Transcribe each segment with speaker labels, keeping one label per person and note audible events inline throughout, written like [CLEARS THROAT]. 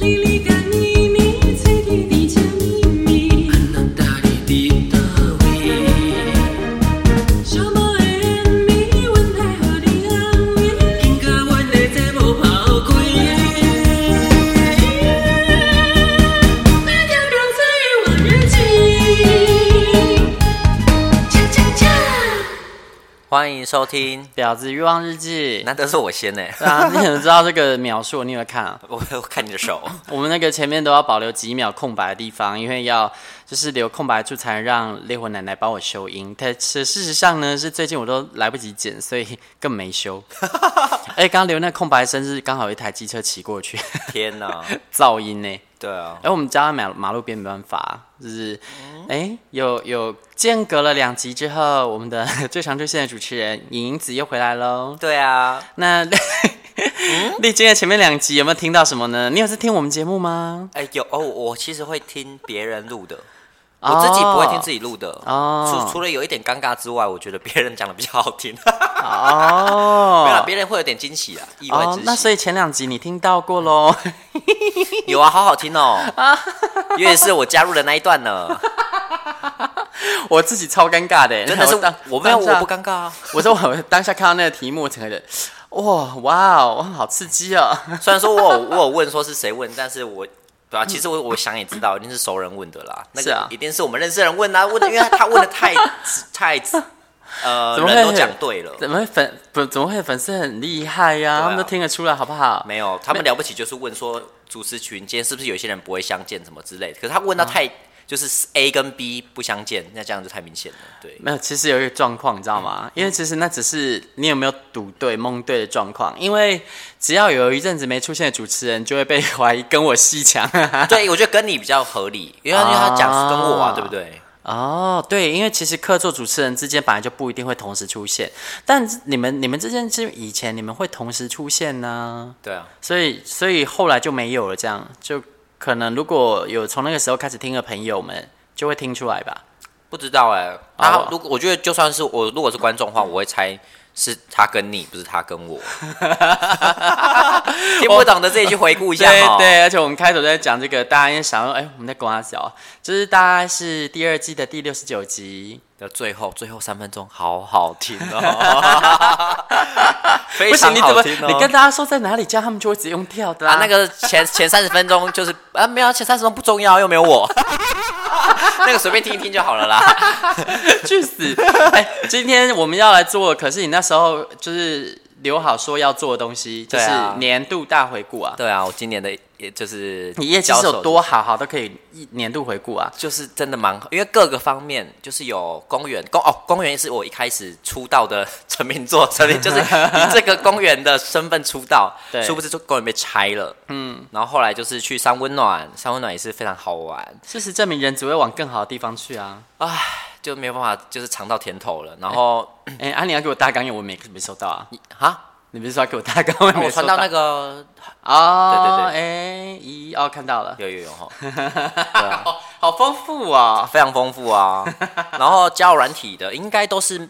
Speaker 1: 哩哩个咪咪，嘴里的叫咪咪。小猫的咪，温太好的安慰。那阳光在我眼睛，恰恰恰。
Speaker 2: 欢迎收听，
Speaker 3: 婊子欲望日记。
Speaker 2: 难得是我先呢、
Speaker 3: 对啊，你很知道这个描述，你有没有看啊？ [LAUGHS]
Speaker 2: 我我看你的手，
Speaker 3: 我们那个前面都要保留几秒空白的地方，因为要就是留空白处，才能让烈火奶奶帮我修音。但是事实上呢，是最近我都来不及剪，所以更没修。而且刚刚留那空白声是刚好有一台机车骑过去， [LAUGHS]
Speaker 2: 天哪！
Speaker 3: 噪音呢。哎
Speaker 2: 对啊，
Speaker 3: 而我们家马马路边没办法，就是哎、有有间隔了两集之后，我们的 [LAUGHS] 最长最线的主持人莹莹子又回来喽。
Speaker 2: 对啊，
Speaker 3: 那
Speaker 2: 嗯
Speaker 3: [LAUGHS] 丽君的前面两集有没有听到什么呢？你有在听我们节目吗？
Speaker 2: 哎、有哦，我其实会听别人录的。我自己不会听自己录的
Speaker 3: 哦
Speaker 2: 除除了有一点尴尬之外，我觉得别人讲的比较好
Speaker 3: [LAUGHS]
Speaker 2: 听， [LAUGHS] 没有啦
Speaker 3: 哦。
Speaker 2: 别人会有点惊喜啊，意外
Speaker 3: 哦
Speaker 2: 之，喜。
Speaker 3: 那所以前两集你听到过喽，
Speaker 2: 有啊，好好听哦，因为是我加入的那一段
Speaker 3: [LAUGHS]
Speaker 2: 呢，
Speaker 3: [LAUGHS] 我自己超尴尬的耶，
Speaker 2: 真的是
Speaker 3: 我当
Speaker 2: 我没有，
Speaker 3: 当下
Speaker 2: 我不尴尬啊。
Speaker 3: 我说我当下看到那个题目，我整个人哇哇哦，好刺激哦！
Speaker 2: [LAUGHS] 虽然说我有我有问说是谁问，但是我
Speaker 3: [LAUGHS]
Speaker 2: 对啊，其实我我想也知道，一定是熟人问的啦。那
Speaker 3: 是
Speaker 2: 个
Speaker 3: 啊
Speaker 2: 一 [LAUGHS] 定是我们认识的人问啊，问的，因为他问的太太呃
Speaker 3: 怎么会
Speaker 2: 人都讲对了，
Speaker 3: 怎么会粉不怎么会粉丝很厉害呀、
Speaker 2: 对啊
Speaker 3: 他们都听得出来，好不好？
Speaker 2: 没有他们了不起就是问说主持群今天是不是有些人不会相见什么之类的，可是他问到
Speaker 3: 啊
Speaker 2: 太。就是 A 跟 B 不相见，那这样就太明显了。对，
Speaker 3: 没有，其实有一个状况，你知道吗？因为其实那只是你有没有赌对、蒙对的状况。因为只要有一阵子没出现的主持人，就会被怀疑跟我戏强。
Speaker 2: 对我觉得跟你比较合理，因为因为他讲是跟我啊，
Speaker 3: 啊
Speaker 2: 对不对？
Speaker 3: 哦，对，因为其实客座主持人之间本来就不一定会同时出现，但你们你们之间是以前你们会同时出现呢、
Speaker 2: 对啊，
Speaker 3: 所以所以后来就没有了，这样就可能如果有从那个时候开始听的朋友们，就会听出来吧。
Speaker 2: 不知道哎、
Speaker 3: 啊
Speaker 2: 他
Speaker 3: 我
Speaker 2: 如果我觉得就算是我如果是观众的话，我会猜是他跟你，不是他跟
Speaker 3: [LAUGHS]
Speaker 2: 我。听不懂的自己去回顾一下哈。
Speaker 3: 对对，而且我们开头在讲这个，大家应该想说，哎、我们在光小啊，就是大概是第二季的第六十九集，
Speaker 2: 对，最后最后三分钟，好好听
Speaker 3: [LAUGHS]
Speaker 2: 哦， [LAUGHS] 非
Speaker 3: 不行，
Speaker 2: 常
Speaker 3: 你怎
Speaker 2: 好
Speaker 3: 么
Speaker 2: 听哦。
Speaker 3: 你跟大家说在哪里叫他们就会直接用跳的、
Speaker 2: 啊，那个前前三十分钟就是啊，没有前三十分钟不重要，又没有我。 [LAUGHS] 那个随便听一听就好了啦。
Speaker 3: 去死！哎、今天我们要来做，可是你那时候就是留好说要做的东西，就
Speaker 2: 对
Speaker 3: 是
Speaker 2: 啊
Speaker 3: 年度大回顾啊。
Speaker 2: 对啊，我今年的也就是
Speaker 3: 你业绩
Speaker 2: 交
Speaker 3: 是
Speaker 2: 手
Speaker 3: 有多好，好都可以一年度回顾啊。
Speaker 2: 就是真的蛮好，因为各个方面就是有公园公哦，公园是我一开始出道的成名作，成名就是以这个公园的身份出道，
Speaker 3: [LAUGHS] 对
Speaker 2: 殊不知这公园被拆了，嗯，然后后来就是去三温暖，三温暖也是非常好玩，
Speaker 3: 事实证明，人只会往更好的地方去啊。
Speaker 2: 唉，就没有办法，就是尝到甜头了，然后
Speaker 3: 哎、啊，你要给我大纲，因为我没没收到啊。
Speaker 2: 啊，
Speaker 3: 你不是说要给我大纲，我也
Speaker 2: 然后
Speaker 3: 没
Speaker 2: 啊我
Speaker 3: 收
Speaker 2: 传到那个
Speaker 3: 哦，
Speaker 2: 对对
Speaker 3: 哎、一哦，看到了，
Speaker 2: 有有有哈，
Speaker 3: 好好丰富哦。
Speaker 2: 非常丰
Speaker 3: [LAUGHS]
Speaker 2: 富啊，然后交友软体的应该都是。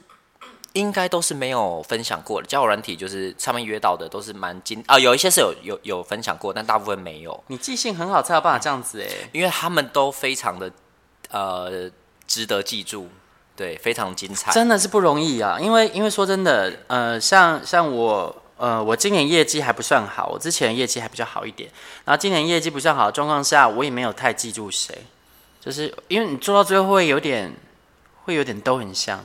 Speaker 2: 应该都是没有分享过的，交友软体就是上面约到的都是蛮精啊，有一些是有有有分享过，但大部分没有。
Speaker 3: 你记性很好，才有办法这样子哎。
Speaker 2: 因为他们都非常的呃值得记住，对，非常精彩。
Speaker 3: 真的是不容易啊，因为因为说真的，呃，像像我，呃，我今年业绩还不算好，我之前业绩还比较好一点，然后今年业绩不算好的状况下，我也没有太记住谁，就是因为你做到最后会有点，会有点都很像，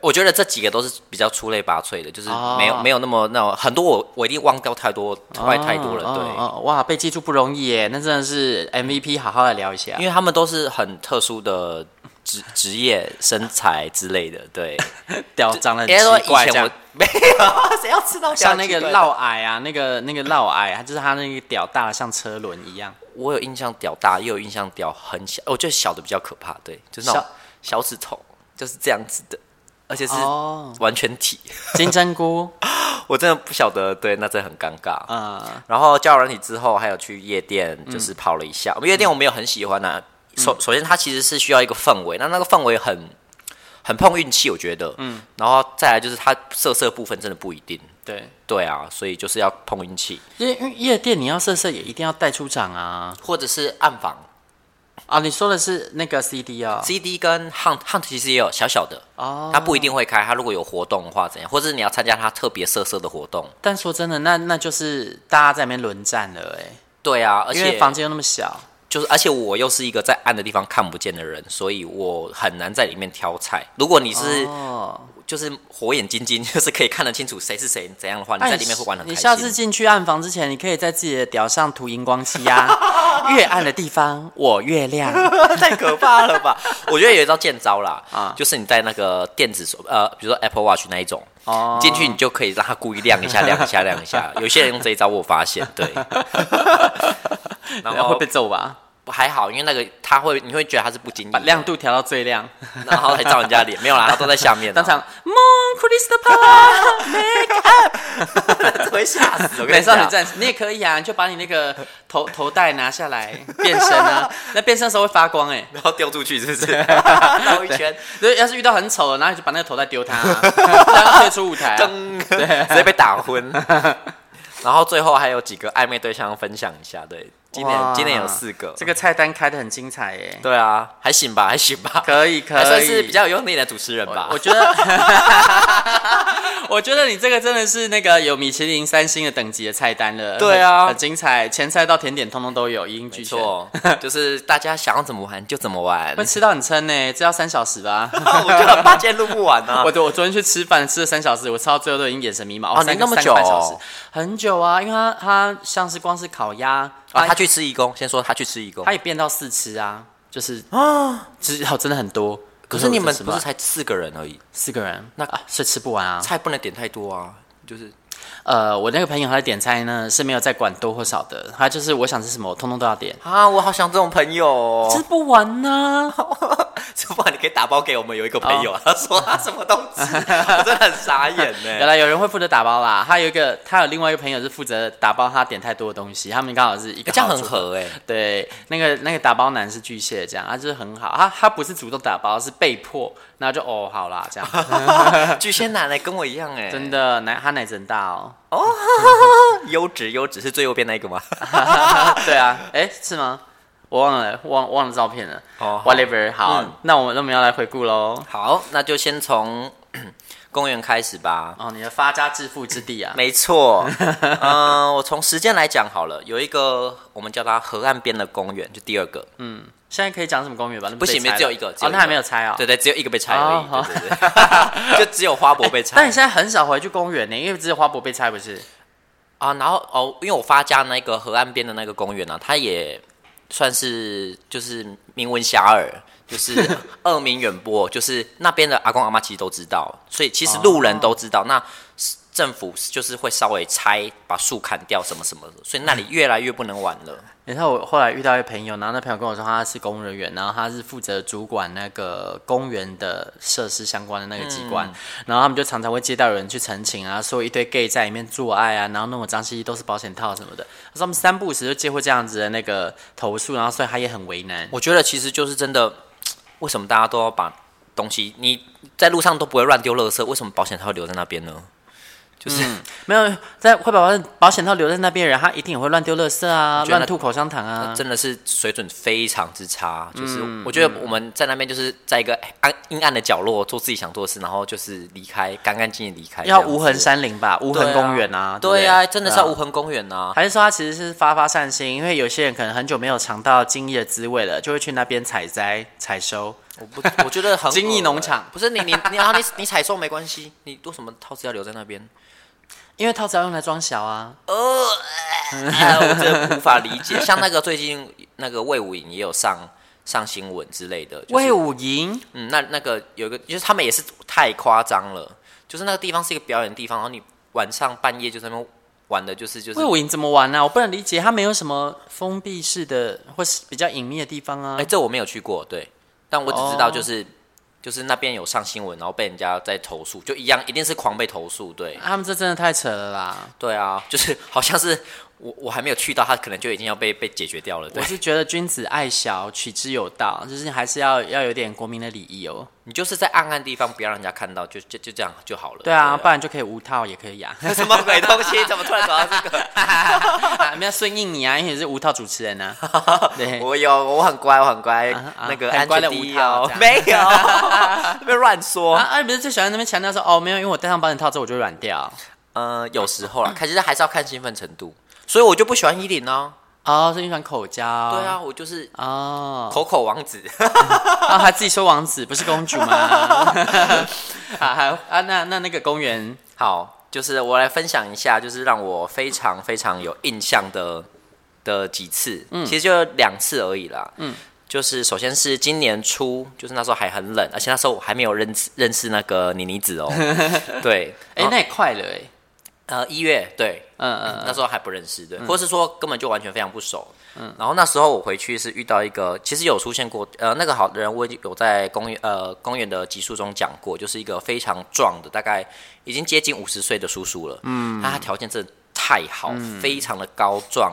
Speaker 2: 我觉得这几个都是比较出类拔萃的，就是
Speaker 3: 哦
Speaker 2: 没有、没有那么那种很多我我一定忘掉太多太太多了，
Speaker 3: 哦
Speaker 2: 对。
Speaker 3: 哦哦哇，被记住不容易耶，那真的是 MVP，好好来聊一下
Speaker 2: 因。为他们都是很特殊的职职业、身材之类的，对。
Speaker 3: 屌长得很
Speaker 2: 应该说
Speaker 3: 奇
Speaker 2: 以
Speaker 3: 怪，这
Speaker 2: 前
Speaker 3: 样
Speaker 2: 我 [LAUGHS] 没有，谁要吃到
Speaker 3: 像那个
Speaker 2: 老，
Speaker 3: 落矮啊，那个那个落矮，他就是他那个屌大的像车轮一样。
Speaker 2: 我有印象屌大，也有印象屌很小，我觉得小的比较可怕，对，就是那种小指头，就是这样子的。而且是
Speaker 3: 哦
Speaker 2: 完全体。 [LAUGHS]
Speaker 3: 金针菇，
Speaker 2: 我真的不晓得，对，那真的很尴尬。
Speaker 3: 呃，
Speaker 2: 然后交友软体之后，还有去夜店，就是跑了一下。我们夜店我没有很喜欢啊。首首先，它其实是需要一个氛围，那那个氛围很很碰运气，我觉得。嗯。然后再来就是它色色部分真的不一定。
Speaker 3: 对，
Speaker 2: 对啊，所以就是要碰运气，
Speaker 3: 因为因为夜店你要色色也一定要带出场啊
Speaker 2: 或者是暗访。
Speaker 3: 啊！你说的是那个 CD 哦，
Speaker 2: CD 跟 Hunt Hunt 其实也有小小的，
Speaker 3: 哦，
Speaker 2: 它不一定会开。它如果有活动的话，怎样？或者是你要参加它特别色色的活动？
Speaker 3: 但说真的，那那就是大家在那边轮战了哎、
Speaker 2: 对啊，而
Speaker 3: 因为
Speaker 2: 且
Speaker 3: 房间又那么小，
Speaker 2: 就是，而且我又是一个在暗的地方看不见的人，所以我很难在里面挑菜。如果你是、
Speaker 3: 哦，
Speaker 2: 就是火眼金睛， [LAUGHS] 就是可以看得清楚谁是谁怎样的话，你在里面会玩的
Speaker 3: 哎你
Speaker 2: 开
Speaker 3: 下次
Speaker 2: 心。
Speaker 3: 进去暗房之前，你可以在自己的屌上涂荧光漆
Speaker 2: [LAUGHS]
Speaker 3: 啊，越暗的地方我越亮。
Speaker 2: 太可怕了吧！ [LAUGHS] 我觉得有一招见招啦，
Speaker 3: 啊
Speaker 2: 就是你带那个电子手呃，比如说 Apple Watch 那一种，
Speaker 3: 哦
Speaker 2: 进去你就可以让它故意亮一下、亮一下、亮一下。有些人用这一招，我发现对。然
Speaker 3: 然后
Speaker 2: 后
Speaker 3: 会被揍吧？
Speaker 2: 还好，因为那个他会，你会觉得他是不经意
Speaker 3: 把
Speaker 2: 的
Speaker 3: 亮，度调到最
Speaker 2: [LAUGHS]
Speaker 3: 亮，
Speaker 2: 然后还照人家脸，没有啦，他都在下面啊，
Speaker 3: 当场梦 Christopher，
Speaker 2: 这会吓 [LAUGHS] 死。我跟
Speaker 3: 美
Speaker 2: 你
Speaker 3: 少
Speaker 2: 讲
Speaker 3: 女，战士，你也可以啊，你就把你那个
Speaker 2: [LAUGHS]
Speaker 3: 头头带拿下来变身啊，那变身的时候会发光哎、
Speaker 2: 然后丢出去是不是？绕一圈，
Speaker 3: 对，要是遇到很丑的，然后你就把那个头再丢他、
Speaker 2: [LAUGHS]
Speaker 3: 啊，让他退出舞台、啊。
Speaker 2: 噔，直接被打昏。然后最后还有几个暧昧对象分享一下，对，今
Speaker 3: 哇
Speaker 2: 年今年有四个，
Speaker 3: 这个菜单开的很精彩欸耶，
Speaker 2: 对啊，还行吧，还行吧，
Speaker 3: 可以可以，
Speaker 2: [LAUGHS] 还算是比较有用力的主持人吧。
Speaker 3: 我觉得， [LAUGHS] 我觉得你这个真的是那个有米其林三星的等级的菜单了。
Speaker 2: 对啊
Speaker 3: 很很精彩，前菜到甜点通通都有，一应俱
Speaker 2: 没
Speaker 3: 全。
Speaker 2: [LAUGHS] 错，就是大家想要怎么玩就怎么 [LAUGHS] 玩
Speaker 3: 会。吃到很撑呢，这要三小时吧。
Speaker 2: [LAUGHS] 我觉得八戒录不完 [LAUGHS] 啊
Speaker 3: 我。我昨天去吃饭吃了三小时，我吃到最后都已经眼神迷茫。
Speaker 2: 哦
Speaker 3: 三个
Speaker 2: 你那么
Speaker 3: 三个半
Speaker 2: 久
Speaker 3: 小
Speaker 2: 哦
Speaker 3: 时，很久啊，因为他他像是光是烤鸭，
Speaker 2: 啊，他去吃义工，先说他去吃义工
Speaker 3: 他。也变到四吃啊，就是啊，吃好真的很多。
Speaker 2: 可是你们
Speaker 3: 我真
Speaker 2: 不是
Speaker 3: 吃完
Speaker 2: 才四个人而已，
Speaker 3: 四个人，那
Speaker 2: 那
Speaker 3: 啊是吃不完啊。
Speaker 2: 菜不能点太多啊，就是
Speaker 3: 呃，我那个朋友他的点菜呢是没有在管多或少的，他就是我想吃什么，我通通都要点，
Speaker 2: [LAUGHS] 啊，我好想这种朋友哦。 [LAUGHS]
Speaker 3: 吃不完啊呢、
Speaker 2: 主管，你可以打包给我们有一个朋友，啊他 [LAUGHS] 说他什么都吃，我真的很傻眼欸 [LAUGHS]
Speaker 3: 原
Speaker 2: 呢。
Speaker 3: 来有人会负责打包啦，他有一个，他有另外一个朋友是负责打包他点太多的东西，他们刚好是一个、
Speaker 2: 欸这样很。合 [LAUGHS] 哎、
Speaker 3: 对，那个那个打包男是巨蟹，这样他就是很好，他他不是主动打包，是被迫，然后就哦好啦这
Speaker 2: [LAUGHS]
Speaker 3: 样，
Speaker 2: 巨蟹男呢跟我一样哎、
Speaker 3: 真的奶他奶真大哦，
Speaker 2: [LAUGHS]
Speaker 3: [LAUGHS]
Speaker 2: 优质优质是最右边那一个吗？
Speaker 3: 对啊，哎、是吗？我忘了忘忘了照片了、
Speaker 2: [LAUGHS] 哦好
Speaker 3: w h a t e v e r 好，
Speaker 2: 嗯
Speaker 3: 那我们那我们要来回顾喽。
Speaker 2: 好，那就先从公园开始吧。
Speaker 3: 哦，你的发家致富之地啊，
Speaker 2: 没错，嗯、我从时间来讲好了，有一个我们叫它河岸边的公园，就第二个，
Speaker 3: 现在可以讲什么公园吧？那
Speaker 2: 不行，
Speaker 3: 被拆了
Speaker 2: 只有一个，只
Speaker 3: 哦，
Speaker 2: 有一
Speaker 3: 那
Speaker 2: 个
Speaker 3: 还没有拆哦。
Speaker 2: 对对，只有一个被拆而
Speaker 3: 哦好
Speaker 2: 已，对对对，就只有花博被拆。
Speaker 3: 但你现在很少回去公园呢，因为只有花博被拆，不是？
Speaker 2: 啊，然后哦，因为我发家那个河岸边的那个公园呢、啊，它也算是就是名闻遐迩，就是 [LAUGHS] 恶名远播，就是那边的阿公阿妈其实都知道，所以其实路人都知道。那是政府就是会稍微拆，把树砍掉什么什么的，所以那里越来越不能玩了。
Speaker 3: 你知道我后来遇到一个朋友，然后那朋友跟我说他是公务人员，然后他是负责主管那个公园的设施相关的那个机关，
Speaker 2: 嗯
Speaker 3: 然后他们就常常会接到有人去陈情啊，说一堆 gay 在里面做爱啊，然后弄得脏兮兮都是保险套什么的。他说他们三不五时就接获这样子的那个投诉，然后所以他也很为难。
Speaker 2: 我觉得其实就是真的，为什么大家都要把东西你在路上都不会乱丢垃圾，为什么保险它会留在那边呢？就是、
Speaker 3: 没有在会把保险套留在那边的人，他一定也会乱丢垃圾啊，
Speaker 2: 我觉得那呃
Speaker 3: 乱吐口香糖啊。嗯
Speaker 2: 真的是水准非常之差，就是我觉得我们在那边就是在一个暗阴暗的角落做自己想做的事，然后就是离开，干干净净地离开这
Speaker 3: 要
Speaker 2: 样子，
Speaker 3: 无痕山林吧，无
Speaker 2: 对啊
Speaker 3: 痕公园啊，
Speaker 2: 对
Speaker 3: 啊，
Speaker 2: 啊，真的是要无痕公
Speaker 3: [LAUGHS]
Speaker 2: 园啊。
Speaker 3: 还是说他其实是发发善心，因为有些人可能很久没有尝到精益的滋味了，就会去那边采摘、采收。
Speaker 2: 我不，我觉得很恶
Speaker 3: [LAUGHS]
Speaker 2: 欸
Speaker 3: 精益农场
Speaker 2: 不是你你你，然后你你采收没关系，你为什么套子要留在那边？
Speaker 3: 因为套子要用来装小啊，
Speaker 2: 呃，
Speaker 3: 嗯
Speaker 2: 哎我真的无法理解。像那个最近那个魏武营也有上上新闻之类的，就是
Speaker 3: 魏武营
Speaker 2: 嗯，那那个有一个，就是他们也是太夸张了，就是那个地方是一个表演地方，然后你晚上半夜就在那边玩的，就是就是
Speaker 3: 魏，武营怎么玩啊？我不能理解，它没有什么封闭式的或是比较隐秘的地方啊哦
Speaker 2: 哎哎、。这我没有去过，对，但我只知道就是就是那边有上新闻，然后被人家在投诉，就一样，一定是狂被投诉。对，
Speaker 3: 他们这真的太扯了啦！
Speaker 2: 对啊，就是好像是我我还没有去到，他可能就已经要被被解决掉了。
Speaker 3: 我
Speaker 2: 对，
Speaker 3: 是觉得君子爱小，取之有道，就是你还是要要有点国民的礼仪哦。
Speaker 2: 你就是在暗暗地方，不要让人家看到，就就就这样就好了。
Speaker 3: 对啊，不然就可以无套也可以啊。 [LAUGHS]
Speaker 2: [LAUGHS] 什么鬼东西？怎么突然找到这个？
Speaker 3: 啊没有顺应你啊，因为你是无套主持人
Speaker 2: [LAUGHS]
Speaker 3: 啊。对，
Speaker 2: 我有，我很乖，我很乖，
Speaker 3: 啊啊
Speaker 2: 那个
Speaker 3: 很
Speaker 2: 安
Speaker 3: 乖
Speaker 2: 全
Speaker 3: 的
Speaker 2: 第一
Speaker 3: 舞蹈
Speaker 2: 哦，没
Speaker 3: [LAUGHS]
Speaker 2: 有， [LAUGHS] 别乱说。
Speaker 3: 啊啊！你不是最喜欢那边强调说哦，没有，因为我戴上保险套之后我就软掉。
Speaker 2: 呃，有时候啦，可是还是要看兴奋程度，所以我就不喜欢依林呢。
Speaker 3: 哦，所以你喜欢口交。
Speaker 2: 对啊，。我就是
Speaker 3: 哦，
Speaker 2: 口口王子。 [LAUGHS]
Speaker 3: 啊，还自己说王子不是公主吗？啊，还啊，那那那个公园
Speaker 2: 好，就是我来分享一下，就是让我非常非常有印象的的几次，
Speaker 3: 嗯
Speaker 2: 其实就两次而已啦。嗯，就是首先是今年初，就是那时候还很冷，而且那时候我还没有认识认识那个妮妮子
Speaker 3: [LAUGHS]
Speaker 2: 哦。对，
Speaker 3: 哎、
Speaker 2: 哎、
Speaker 3: 那也快了哎、欸，
Speaker 2: 呃一月对，
Speaker 3: 嗯嗯
Speaker 2: 那时候还不认识，对，或是说根本就完全非常不熟。嗯，然后那时候我回去是遇到一个，其实有出现过，呃，那个好的人我已经有在公园呃公园的集数中讲过，就是一个非常壮的，大概已经接近五十岁的叔叔了。嗯，他条件真的太好，非常的高壮，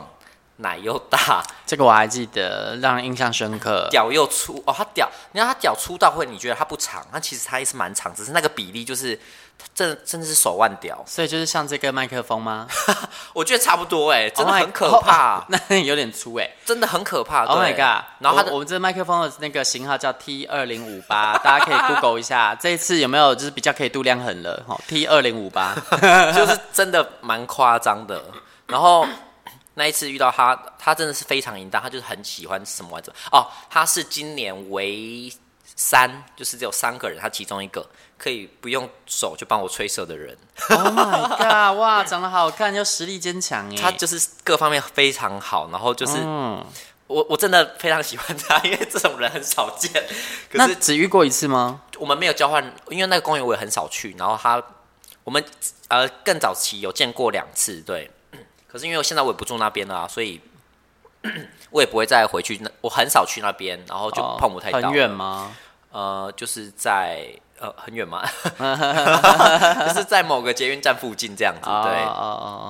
Speaker 2: 奶又大，
Speaker 3: 这个我还记得，让人印象深刻。
Speaker 2: 屌又粗哦，他屌，你看他屌粗到会，你觉得他不长，他其实他也是蛮长，只是那个比例就是，他真的真的是手腕屌，
Speaker 3: 所以就是像这个麦克风
Speaker 2: [LAUGHS]
Speaker 3: 吗？
Speaker 2: 我觉得差不多哎、真的
Speaker 3: Oh my
Speaker 2: 很可怕
Speaker 3: God，那有点粗哎、欸。
Speaker 2: 真的很可怕。
Speaker 3: Oh my
Speaker 2: 哦对
Speaker 3: god！
Speaker 2: 然后他的
Speaker 3: 我我们这麦克风的那个型号叫 T 二零五八，大家可以 Google 一
Speaker 2: [LAUGHS]
Speaker 3: 下，这一次有没有就是比较可以度量衡了？哦，T 二零五
Speaker 2: [LAUGHS]
Speaker 3: 八， [LAUGHS]
Speaker 2: 就是真的蛮夸张的。然后那一次遇到他，他真的是非常淫荡，他就是很喜欢什么玩什么哦。他是今年唯三，就是只有三个人，他其中一个可以不用手就帮我吹射的人。
Speaker 3: Oh my god！哇，长得好看又实力坚强哎。
Speaker 2: 他就是各方面非常好，然后就是、
Speaker 3: 嗯，
Speaker 2: 我我真的非常喜欢他，因为这种人很少见。可
Speaker 3: 那
Speaker 2: 是
Speaker 3: 只遇过一次吗？
Speaker 2: 我们没有交换，因为那个公园我也很少去。然后他，我们呃更早期有见过两次，对。 [CLEARS THROAT] 可是因为我现在我也不住那边了、啊，所以 [CLEARS THROAT] 我也不会再回去那。我很少去那边，然后就
Speaker 3: 哦
Speaker 2: 碰不太到。
Speaker 3: 很远吗？
Speaker 2: 呃，就是在呃很
Speaker 3: [LAUGHS]
Speaker 2: 远嘛， [LAUGHS] 就是在某个捷运站附近这样子，对。
Speaker 3: 哦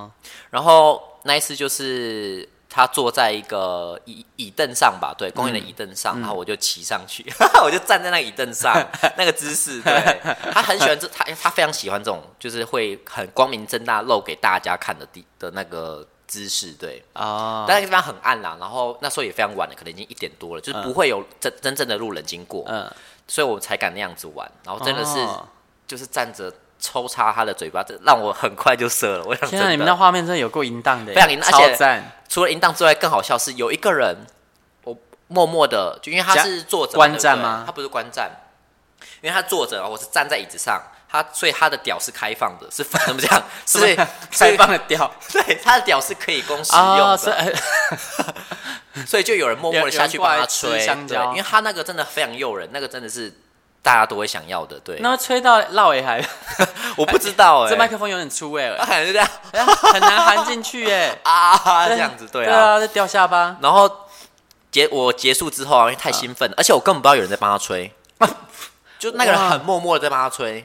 Speaker 3: 哦
Speaker 2: 然后那一次就是他坐在一个椅椅凳上吧，对，公园
Speaker 3: 嗯
Speaker 2: 的椅凳上，然后我就骑上去， [LAUGHS] 我就站在那个椅
Speaker 3: [LAUGHS]
Speaker 2: 凳上，那个姿势，对他很喜欢这，他他非常喜欢这种，就是会很光明正大露给大家看的地的那个姿势，对。
Speaker 3: 哦哦，
Speaker 2: 但那个地方很暗啦，然后那时候也非常晚了，可能已经一点多了，就是不会有真真正的路人经过，
Speaker 3: 嗯，
Speaker 2: 所以我才敢那样子玩。然后真的是
Speaker 3: 哦
Speaker 2: 就是站着抽插他的嘴巴，这让我很快就射了。我想
Speaker 3: 天啊，你
Speaker 2: 真
Speaker 3: 们
Speaker 2: 的
Speaker 3: 那画面真的有够淫荡的耶，
Speaker 2: 非常淫荡而
Speaker 3: 超
Speaker 2: 且
Speaker 3: 赞。
Speaker 2: 除了淫荡之外，更好笑是有一个人，我默默的，就因为他是坐着嘛
Speaker 3: 观战
Speaker 2: 对不对
Speaker 3: 吗
Speaker 2: 他不是观战，因为他坐着，我是站在椅子上，他所以他的屌是开放的，是怎
Speaker 3: [LAUGHS]
Speaker 2: 么讲？所以
Speaker 3: 开放，的
Speaker 2: 所
Speaker 3: 屌
Speaker 2: 以 [LAUGHS] 对，他的屌是可以供使
Speaker 3: 啊，
Speaker 2: 用
Speaker 3: 是
Speaker 2: 的，所以就有人默默的下去帮他
Speaker 3: 有人
Speaker 2: 吹
Speaker 3: 过来吃香
Speaker 2: 对
Speaker 3: 蕉，
Speaker 2: 因为他那个真的非常诱人，那个真的是大家都会想要的，对。
Speaker 3: 那会吹到落尾
Speaker 2: [LAUGHS]
Speaker 3: 还，
Speaker 2: 我不知道哎，
Speaker 3: 这麦克风有点粗哎，
Speaker 2: [LAUGHS] 他可能就这样
Speaker 3: 很难含进去
Speaker 2: [LAUGHS]
Speaker 3: 哎。
Speaker 2: 啊这样子，对
Speaker 3: 对啊，在掉下巴，
Speaker 2: 然后结我结束之后啊，因为太兴奋了，
Speaker 3: 嗯
Speaker 2: 而且我根本不知道有人在帮
Speaker 3: [LAUGHS]
Speaker 2: 他吹，就那个人
Speaker 3: 哇
Speaker 2: 很默默的在帮他吹，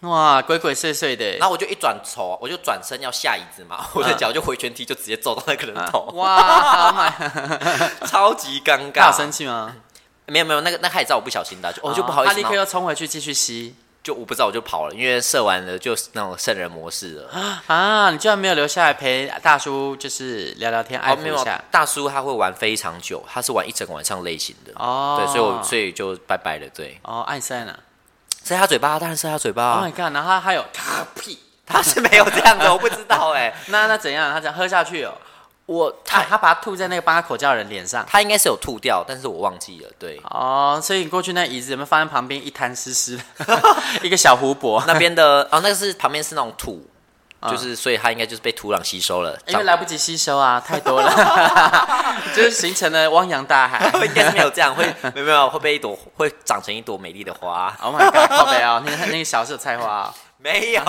Speaker 3: 哇，鬼鬼祟祟的
Speaker 2: 然
Speaker 3: 耶。
Speaker 2: 后我就一转头，我就转身要下椅子嘛， [LAUGHS] 我的脚就回旋踢，就直接揍到那个人头，
Speaker 3: 嗯哇，好
Speaker 2: [LAUGHS]
Speaker 3: 买，
Speaker 2: 超级尴
Speaker 3: 他
Speaker 2: 尬
Speaker 3: 有。生气吗？啊
Speaker 2: 没有没有，那个那个他也知道我不小心的，就我就不好意
Speaker 3: 他
Speaker 2: 思，
Speaker 3: 立刻
Speaker 2: 然
Speaker 3: 又
Speaker 2: 后
Speaker 3: 冲回去继续吸
Speaker 2: 就我不知道我就跑了，因为射完了就是那种圣人模式了。
Speaker 3: 啊！你居然没有留下来陪大叔，就是聊聊天，爱
Speaker 2: 哦，
Speaker 3: 抚
Speaker 2: 没
Speaker 3: 一
Speaker 2: 有
Speaker 3: 下，
Speaker 2: 大叔他会玩非常久，他是玩一整个晚上类型的。
Speaker 3: 哦。
Speaker 2: 对，所以我所以就拜拜了。对，
Speaker 3: 哦，爱塞呢
Speaker 2: 塞他嘴巴，当然塞他嘴巴啊。
Speaker 3: ？Oh my god！然后他还有卡屁，
Speaker 2: 他是没有这样的，我不知道哎、
Speaker 3: 那那怎样？他讲喝下去哦，
Speaker 2: 我
Speaker 3: 他
Speaker 2: 他
Speaker 3: 他把它吐在那个帮他口交的人脸上。
Speaker 2: 他应该是有吐掉，但是我忘记了。对，
Speaker 3: 哦，所以你过去那椅子有没有发现旁边一滩湿湿的， [LAUGHS] 一个小湖泊？
Speaker 2: 那边的 [LAUGHS] 哦，那个是旁边是那种土，就是所以他应该就是被土壤吸收了，
Speaker 3: 因为啊
Speaker 2: 长
Speaker 3: 哎来不及吸收啊，太多了，就是形成了汪洋大海。
Speaker 2: [LAUGHS] 应该是没有这样，会没有没有会被一朵会长成一朵美丽的花。
Speaker 3: [LAUGHS] Oh my god，靠北哦，那个那个小是有菜花、哦，
Speaker 2: 没有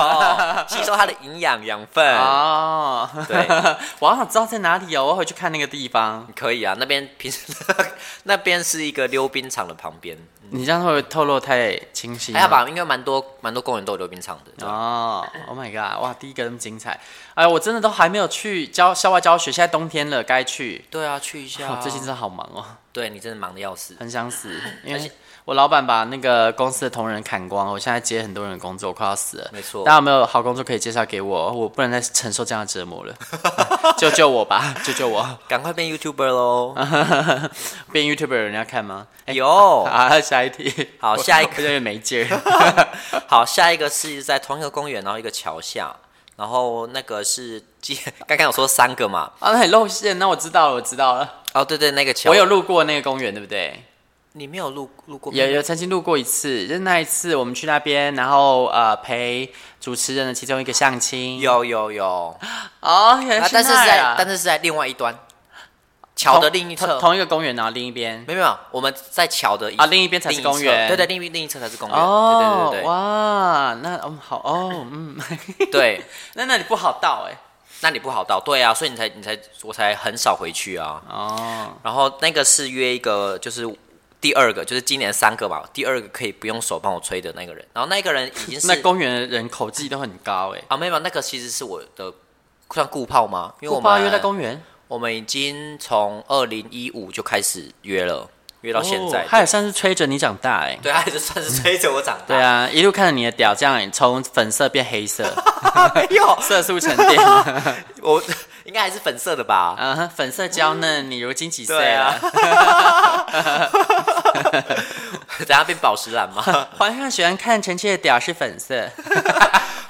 Speaker 2: 吸收它的营养养分。
Speaker 3: 哦，
Speaker 2: 对，
Speaker 3: [LAUGHS] 我好想知道在哪里哦，我要回去看那个地方。
Speaker 2: 可以啊，那边平时 [LAUGHS] 那边是一个溜冰场的旁边，
Speaker 3: 你这样会不会透露太清晰？
Speaker 2: 还好吧，应该蛮多蛮多公园都有溜冰场的。对
Speaker 3: 哦，Oh my god！哇，第一个那么精彩，哎，我真的都还没有去教校外教学，现在冬天了，该去。
Speaker 2: 对啊，去一下
Speaker 3: 我
Speaker 2: 啊。
Speaker 3: 最近真的好忙哦，
Speaker 2: 对你真的忙的要死。
Speaker 3: 很想死，因为我老板把那个公司的同仁砍光，我现在接很多人的工作，我快要死了。
Speaker 2: 没错
Speaker 3: 大家有没有好工作可以介绍给我？我不能再承受这样的折磨
Speaker 2: [LAUGHS]
Speaker 3: 了， [LAUGHS] 救救我吧，救救我！
Speaker 2: 赶快变 YouTuber 喽！
Speaker 3: 变 YouTuber 有人要看吗？啊哎
Speaker 2: 有
Speaker 3: 啊，下一题。
Speaker 2: 好下一个
Speaker 3: 我有点没劲儿。 [LAUGHS]
Speaker 2: [LAUGHS] 好，下一个是在同一个公园，然后一个桥下，然后那个是基 [LAUGHS] 刚刚有说三个嘛？
Speaker 3: 啊，那很露馅，那我知道了，我知道了。
Speaker 2: 哦，对对，那个桥
Speaker 3: 我有，路过那个公园，对不对？
Speaker 2: 你没有路路过？
Speaker 3: 有有曾经路过一次，就是那一次我们去那边，然后呃陪主持人的其中一个相亲。
Speaker 2: 有有有，
Speaker 3: 哦，原来
Speaker 2: 啊
Speaker 3: 去
Speaker 2: 但是
Speaker 3: 那
Speaker 2: 是
Speaker 3: 儿
Speaker 2: 在
Speaker 3: 啊
Speaker 2: 但是是在另外一端桥的另一
Speaker 3: 同
Speaker 2: 侧
Speaker 3: 同，同一个公园，然后另一边。
Speaker 2: 没有没有，我们在桥的一
Speaker 3: 啊另一边才是
Speaker 2: 另一侧
Speaker 3: 公园
Speaker 2: 对对，另一另一侧才是公园，
Speaker 3: 哦，
Speaker 2: 对对对
Speaker 3: 哇，那嗯好哦，嗯，
Speaker 2: [LAUGHS] 对对，
Speaker 3: 那那里不好到哎、
Speaker 2: 那你不好到，对啊，所以你才你才我才很少回去啊。
Speaker 3: 哦，
Speaker 2: 然后那个是约一个，就是第二个，就是今年三个吧，第二个可以不用手帮我吹的那个人。然后那个人已经是
Speaker 3: 那公园的人口技都很高哎、
Speaker 2: 啊，没有，那个其实是我的算顾炮吗？因为我
Speaker 3: 我爸
Speaker 2: 们
Speaker 3: 约在公园，
Speaker 2: 我们已经从二零一五就开始约了，约到现在。
Speaker 3: 哦他也算是吹着你长大哎、
Speaker 2: 对，他也是算是催着我长大。
Speaker 3: 对，啊，一路看着你的屌，这样从粉色变黑
Speaker 2: [LAUGHS]
Speaker 3: 色，
Speaker 2: 没有，
Speaker 3: [LAUGHS] 色素沉淀
Speaker 2: 我 [LAUGHS] 应该还是粉色的
Speaker 3: [LAUGHS]
Speaker 2: 吧？
Speaker 3: 啊、粉色娇嫩，你如今几岁
Speaker 2: 嗯对
Speaker 3: 了？
Speaker 2: 啊等下变宝石蓝吗？
Speaker 3: 皇上喜欢看臣妾的屌是粉色，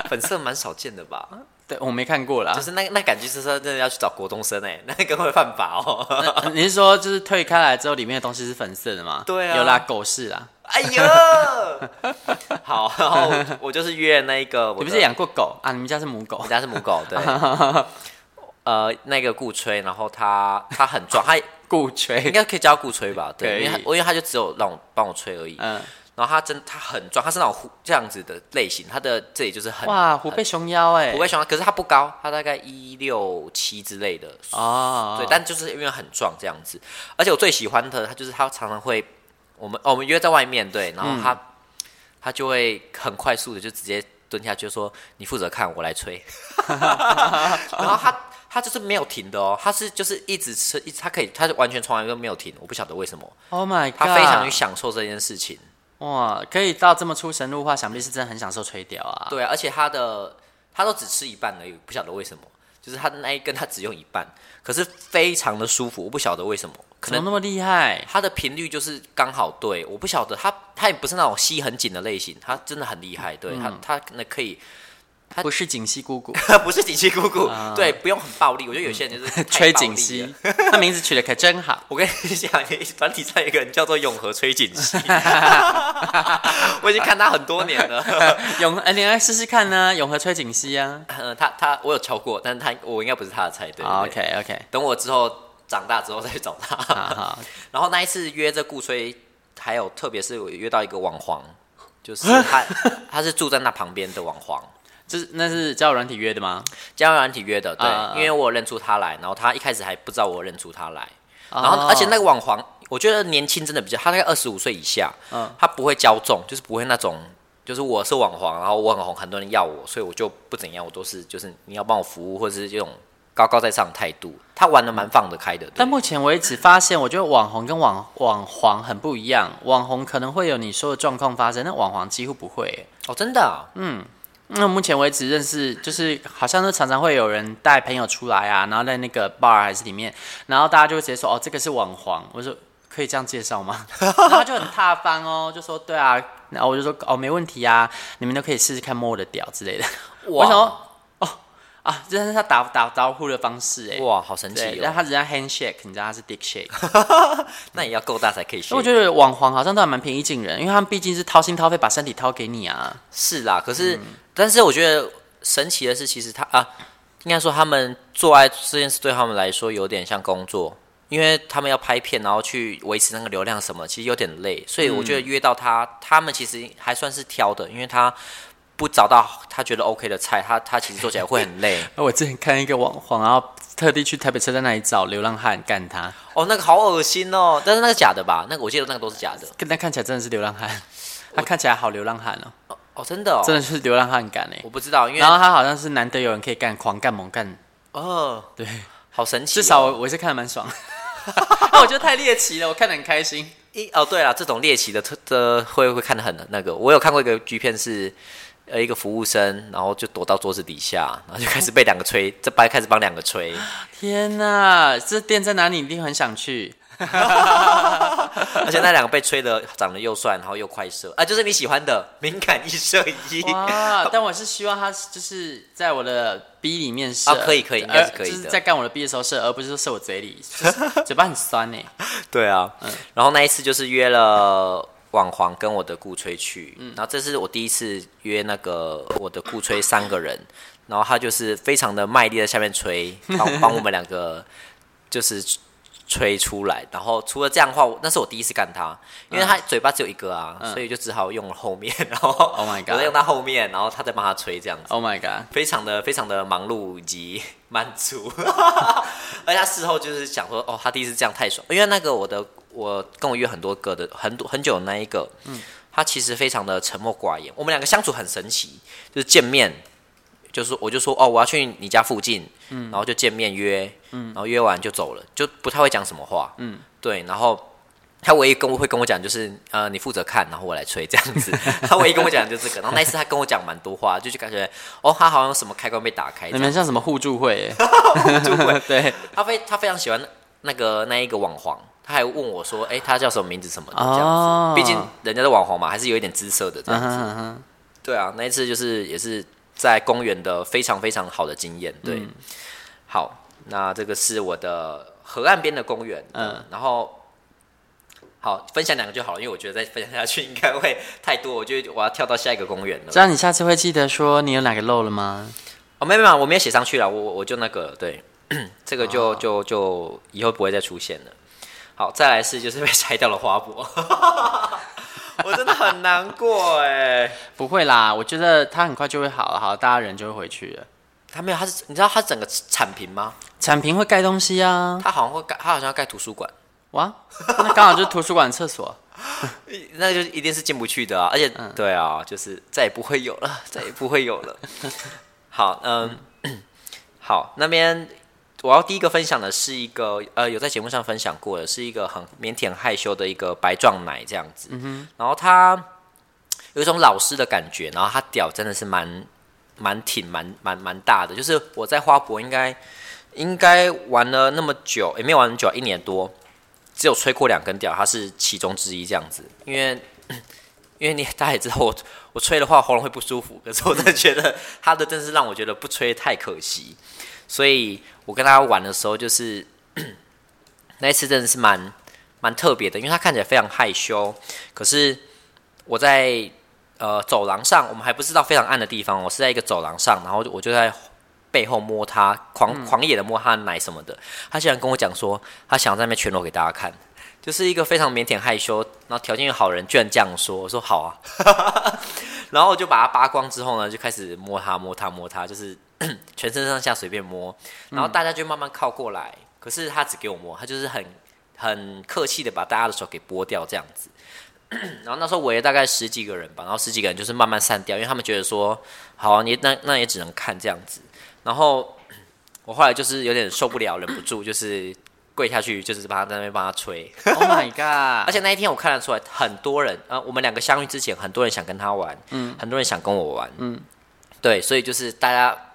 Speaker 2: 粉色蛮少见的吧？
Speaker 3: 对我没看过啦。
Speaker 2: 可是那那感觉是说真的要去找国中生哎、那个会犯法哦。
Speaker 3: 呃 [LAUGHS] 你是说就是退开来之后，里面的东西是粉色的吗？
Speaker 2: 对啊
Speaker 3: 有啦，狗是啦。
Speaker 2: 哎呦，
Speaker 3: [LAUGHS]
Speaker 2: 好，然后我我就是约那一
Speaker 3: 你
Speaker 2: 个，我
Speaker 3: 不
Speaker 2: 的
Speaker 3: 是养过狗啊？你们家是母狗
Speaker 2: 我？家是母狗，对。
Speaker 3: [LAUGHS]
Speaker 2: 呃，那个顾吹，然后他他很壮，他应
Speaker 3: 顾吹，
Speaker 2: 该可以叫他顾吹吧？
Speaker 3: 可
Speaker 2: 对，
Speaker 3: 以
Speaker 2: 因为他因为他就只有让我帮我吹而已。
Speaker 3: 嗯，
Speaker 2: 然后他真他很壮，他是那种虎这样子的类型，他的这里就是很
Speaker 3: 哇，虎背熊腰哎、
Speaker 2: 虎背熊腰，可是他不高，他大概一六七之类的，
Speaker 3: 哦，
Speaker 2: 对，但就是因为很壮这样子。而且我最喜欢的他就是他常常会，我们、哦、我们约在外面对，然后他、他就会很快速的就直接蹲下去就说：“你负责看，我来吹。”然后他他就是没有停的哦，他是就是一直吃，一直他可以，他就完全从来都没有停，我不晓得为什么，
Speaker 3: Oh my god，
Speaker 2: 他非常去享受这件事情。
Speaker 3: 哇，可以到这么出神入化，想必是真的很享受吹屌啊。，
Speaker 2: 对啊，而且他的他都只吃一半而已，不晓得为什么，就是他的那一根他只用一半，可是非常的舒服，我不晓得为什么，可
Speaker 3: 怎么
Speaker 2: 能
Speaker 3: 那么厉害？
Speaker 2: 他的频率就是刚好对，我不晓得他他也不是那种吸很紧的类型，他真的很厉害，对、
Speaker 3: 嗯
Speaker 2: 他他那可以， [LAUGHS]
Speaker 3: 不是锦溪姑姑
Speaker 2: 不是紧吸姑姑，对，不用很暴力，我觉得有些人就是太
Speaker 3: 啊嗯吹
Speaker 2: 暴
Speaker 3: 锦
Speaker 2: 力了
Speaker 3: 溪。，他名字取得可真
Speaker 2: [LAUGHS]
Speaker 3: 好。
Speaker 2: 我跟你讲，团体上有一个人叫做永和崔
Speaker 3: [LAUGHS]
Speaker 2: 锦溪， [LAUGHS] 我已经看他很多年了。 [LAUGHS]
Speaker 3: 永，哎，你来试试看呢、永和吹锦溪啊。
Speaker 2: 呃他他我有瞧过，但是他我应该不是他的菜，对对对
Speaker 3: OK 啊 OK，
Speaker 2: 等我之后长大之后再去找他。
Speaker 3: 好好， [LAUGHS]
Speaker 2: 然后那一次约这顾吹，还有特别是我约到一个网黄，就是
Speaker 3: 啊
Speaker 2: 他 [LAUGHS] 他是住在那旁边的网黄，
Speaker 3: 就是那是交友软体约的吗？
Speaker 2: 交友软体约的，对，
Speaker 3: 啊啊啊
Speaker 2: 因为我有认出他来，然后他一开始还不知道我认出他来，
Speaker 3: 哦
Speaker 2: 然后而且那个网黄，我觉得年轻真的比较，他大概二十五岁以下，
Speaker 3: 嗯
Speaker 2: 他不会骄纵，就是不会那种。就是我是网黄，然后我很红，很多人要我，所以我就不怎样，我都是就是你要帮我服务，或者是这种高高在上的态度。他玩的蛮放得开的，对
Speaker 3: 但目前为止发现，我觉得网红跟网网黄很不一样。网红可能会有你说的状况发生，但网黄几乎不会耶。
Speaker 2: 哦，真的啊、
Speaker 3: 嗯那目前为止认识，就是好像都常常会有人带朋友出来啊，然后在那个 bar 还是里面，然后大家就会直接说：“哦，这个是网黄。”我说：“可以这样介绍
Speaker 2: [LAUGHS]
Speaker 3: 吗？”然后他就很大方哦，就说：“对啊。”然后我就说：“哦，没问题啊，你们都可以试试看摸我的屌之类的。”我
Speaker 2: 哇
Speaker 3: 想说：“哦啊，这是他打打招呼的方式哎。”
Speaker 2: 哇，好神
Speaker 3: 对，
Speaker 2: 奇
Speaker 3: 但
Speaker 2: 哦！
Speaker 3: 他只是 handshake，你知道他是 dick shake。
Speaker 2: 那也要够大才可以学。
Speaker 3: 我觉得网黄好像都还蛮平易近人，因为他们毕竟是掏心掏肺把身体掏给你啊。
Speaker 2: 是啦，可是、
Speaker 3: 嗯
Speaker 2: 但是我觉得神奇的是，其实他啊，应该说他们做爱这件事对他们来说有点像工作，因为他们要拍片，然后去维持那个流量
Speaker 3: 嗯
Speaker 2: 什么，其实有点累。所以我觉得约到他，他们其实还算是挑的，因为他不找到他觉得 OK 的菜，他他其实做起来会
Speaker 3: [LAUGHS]
Speaker 2: 很累。
Speaker 3: 我之前看一个网红，然后特地去台北车站那里找流浪汉干他，
Speaker 2: 哦，那个好恶心哦！但是那个假的吧？那个我记得那个都是假的。
Speaker 3: 跟他看起来真的是流浪汉，他看起来好流浪汉哦，
Speaker 2: 哦，真的哦，
Speaker 3: 真的是流浪汉感哎
Speaker 2: 我。不知道，因为
Speaker 3: 然后他好像是难得有人可以干狂干猛干，
Speaker 2: 哦，
Speaker 3: 对，
Speaker 2: 好神奇哦、
Speaker 3: 至少我我是看的蛮爽。那 [LAUGHS] 我觉得太猎奇了，我看的很开心。
Speaker 2: 一哦，对了，这种猎奇的特的会会看得很那个。我有看过一个 G 片是，呃，一个服务生，然后就躲到桌子底下，然后就开始被两个吹，这班开始帮两个吹。
Speaker 3: 天哪，这店在哪里？一定很想去。
Speaker 2: 而且那两个被吹的长得又帅，然后又快射，啊，就是你喜欢的敏感一射一。
Speaker 3: 哇！但我是希望他就是在我的 B 里面射，
Speaker 2: 啊可以可以应该是可以的
Speaker 3: 呃就是在干我的 B 的时候射，而不是说射我嘴
Speaker 2: [LAUGHS]
Speaker 3: 里，就是嘴巴很酸欸呢。
Speaker 2: 对啊，
Speaker 3: 嗯
Speaker 2: 然后那一次就是约了网黄跟我的顾吹去，
Speaker 3: 嗯
Speaker 2: 然后这是我第一次约那个我的顾吹三个人，然后他就是非常的卖力的下面吹，然
Speaker 3: [LAUGHS]
Speaker 2: 后帮我们两个就是吹出来。然后除了这样的话，我那是我第一次干他，因为他嘴巴只有一个啊，所以就只好用后面，然后
Speaker 3: 嗯 Oh my god
Speaker 2: [LAUGHS] 我在用他后面，然后他在帮他吹这样子。
Speaker 3: Oh my god！
Speaker 2: 非常的非常的忙碌以及 [LAUGHS] 满足，而且他事后就是想说，哦，他第一次这样太爽，因为那个我的我跟我约很多个的很多很久的那一个，嗯，他其实非常的沉默寡言，我们两个相处很神奇，就是见面，就是我就说哦，我要去你家附近，嗯，然后就见面约，嗯，然后约完就走了，就不太会讲什么话，嗯，对，然后。他唯一跟我会跟我讲就是，呃，你负责看，然后我来吹这样子。 [LAUGHS] 他唯一跟我讲就是这个，然后那一次他跟我讲蛮多话，就就感觉哦，他好像什么开关被打开这
Speaker 3: 你
Speaker 2: 样
Speaker 3: 们
Speaker 2: 子。
Speaker 3: 像什么互助会？
Speaker 2: [LAUGHS]
Speaker 3: 互助会 [LAUGHS] 对
Speaker 2: 他非他非常喜欢那个那一个网黄，他还问我说，哎、他叫什么名字什么的这
Speaker 3: 哦
Speaker 2: 样子。毕竟人家是网黄嘛，还是有一点姿色的
Speaker 3: 嗯
Speaker 2: 这样
Speaker 3: 哼
Speaker 2: 子。
Speaker 3: 嗯哼，
Speaker 2: 对啊，那一次就是也是在公园的非常非常好的经验。对，好，那这个是我的河岸边的公园。
Speaker 3: 嗯
Speaker 2: 嗯，然后好分享两个就好了，因为我觉得再分享下去应该会太多，我觉得我要跳到下一个公园了
Speaker 3: 这。样你下次会记得说你有哪个漏了吗？
Speaker 2: 哦，没有没有，我没有写上去了，我我我就那个了对， [CLEARS THROAT] 这个就就就以后不会再出现了。好，再来是就是被拆掉了花博， [LAUGHS] 我真的很难过哎。
Speaker 3: 不会啦，我觉得他很快就会好了，好，大家人就会回去了。
Speaker 2: 他没有，他是你知道他整个产品吗？
Speaker 3: 铲平会盖东西啊，
Speaker 2: 他好像会盖，他好像要盖图书馆，
Speaker 3: 哇，那刚好就是图书馆厕
Speaker 2: [LAUGHS]
Speaker 3: 所。
Speaker 2: 那就一定是进不去的啊！而且，对啊，就是再也不会有了， [LAUGHS] 再也不会有了。好，嗯， [CLEARS THROAT] 好，那边我要第一个分享的是一个呃，有在节目上分享过的，是一个很腼腆害羞的一个白壮奶这样子。然后他有一种老师的感觉，然后他屌真的是蛮蛮挺蛮蛮蛮大的，就是我在花博应该应该玩了那么久，也、没有玩很久，一年多。只有吹过两根屌，它是其中之一这样子。因为 [COUGHS] 因为你 [COUGHS] 大家也知道我我吹的话喉咙会不舒服，可是我真的觉得他的真是让我觉得不吹太可惜，所以我跟他玩的时候就是 [COUGHS] 那一次真的是蛮蛮特别的，因为他看起来非常害羞，可是我在呃走廊上，我们还不是到非常暗的地方哦，我是在一个走廊上，然后我就在。背后摸他，狂狂野的摸他的奶什么的，他竟然跟我讲说，他想要在那边全裸给大家看，就是一个非常腼腆害羞，然后条件又好的人，居然这样说，我说好啊， [LAUGHS] 然后我就把它扒光之后呢，就开始摸它、摸它、摸它，就是 [CLEARS THROAT] 全身上下随便摸，然后大家就慢慢靠过来，可是他只给我摸，他就是很很客气的把大家的手给拨掉这样子。 [CLEARS THROAT] 然后那时候围了大概十几个人吧，然后十几个人就是慢慢散掉，因为他们觉得说，好、啊，你那那也只能看这样子。然后我后来就是有点受不了，忍不 [LAUGHS] 住就是跪下去，就是帮他在那边帮他吹。 [LAUGHS]
Speaker 3: Oh my god！
Speaker 2: 而且那一天我看得出来，很多人啊、呃我们两个相遇之前，很多人想跟他玩，嗯，很多人想跟我玩，嗯，对，所以就是大家。 [CLEARS THROAT]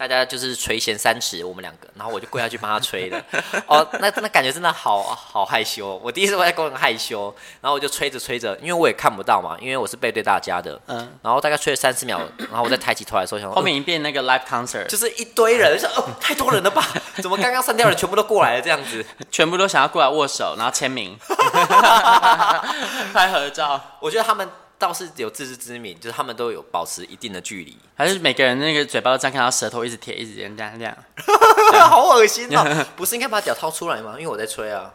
Speaker 2: 大家就是垂涎三尺，我们两个，然后我就跪下去帮他吹 [LAUGHS] 了。哦，那那感觉真的好好害羞，哦我第一次我在公园害羞，然后我就吹着吹着，因为我也看不到嘛，因为我是背对大家的，
Speaker 3: 嗯
Speaker 2: 嗯，然后大概吹了三十秒，然后我再抬起头来的时候，想说 [LAUGHS]
Speaker 3: 后面一遍那个 live concert，
Speaker 2: 就是一堆人，就说哦，太多人了吧？ [LAUGHS] 怎么刚刚删掉的人全部都过来了这样子？
Speaker 3: 全部都想要过来握手，然后签
Speaker 2: [LAUGHS]
Speaker 3: 名，拍合照，
Speaker 2: 我觉得他们倒是有自知之明，就是他们都有保持一定的
Speaker 3: [LAUGHS]
Speaker 2: 距离。
Speaker 3: 还是每个人那个嘴巴都张开，然后舌头一直贴，一直这样这样这样。
Speaker 2: 好恶心哦！不是应该把屌掏出来吗？因为我在吹啊。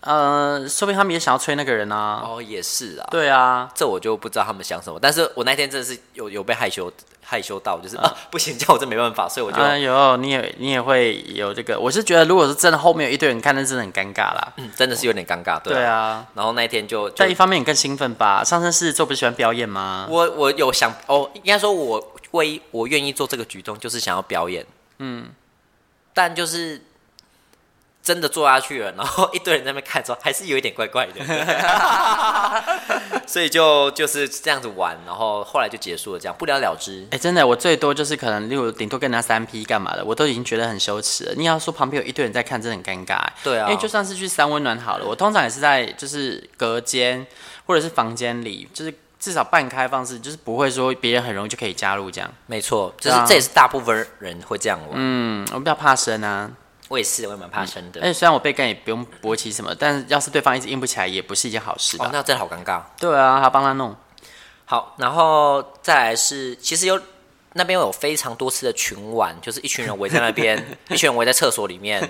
Speaker 3: 呃，说不定他们也想要催那个人啊。
Speaker 2: 哦，也是啊，
Speaker 3: 对啊，
Speaker 2: 这我就不知道他们想什么。但是我那天真的是有有被害羞害羞到，就是、啊、 [LAUGHS] 不行，这样我真没办法，所以我就、
Speaker 3: 哎呦，你也你也会有这个，我是觉得如果是真的后面有一堆人看，那真的很尴尬啦。
Speaker 2: 嗯真的是有点尴尬，对
Speaker 3: 对
Speaker 2: 啊。
Speaker 3: 啊，
Speaker 2: 然后那一天就就
Speaker 3: 在一方面你更兴奋吧？上升狮子座不是喜欢表演吗？
Speaker 2: 我我有想哦，应该说我为我愿意做这个举动，就是想要表演，嗯，但就是真的做下去了，然后一堆人在那边看的时候，还是有一点怪
Speaker 3: [LAUGHS]
Speaker 2: 怪的， [LAUGHS] 所以就就是这样子玩，然后后来就结束了，这样不了了之。
Speaker 3: 哎、真的，我最多就是可能，例如顶多跟人家三 P 干嘛的，我都已经觉得很羞耻了。你要说旁边有一堆人在看，真的很尴尬、哎
Speaker 2: 对啊
Speaker 3: 因为就算是去三温暖好了，我通常也是在就是隔间或者是房间里，就是至少半开放式，就是不会说别人很容易就可以加入这样。
Speaker 2: 没错，就是、
Speaker 3: 对啊
Speaker 2: 这也是大部分人会这样玩。
Speaker 3: 嗯，我比较怕生啊。
Speaker 2: 我也是，我也蛮怕生的。
Speaker 3: 而且虽然我被干也不用勃起什么，但要是对方一直硬不起来，也不是一件好事吧？
Speaker 2: 哦，那真的好尴尬。
Speaker 3: 对啊，还帮他弄。
Speaker 2: 好，然后再来是，其实有那边有非常多次的群玩，就是一群人围在
Speaker 3: [LAUGHS]
Speaker 2: 那边，一群人围在厕所里面，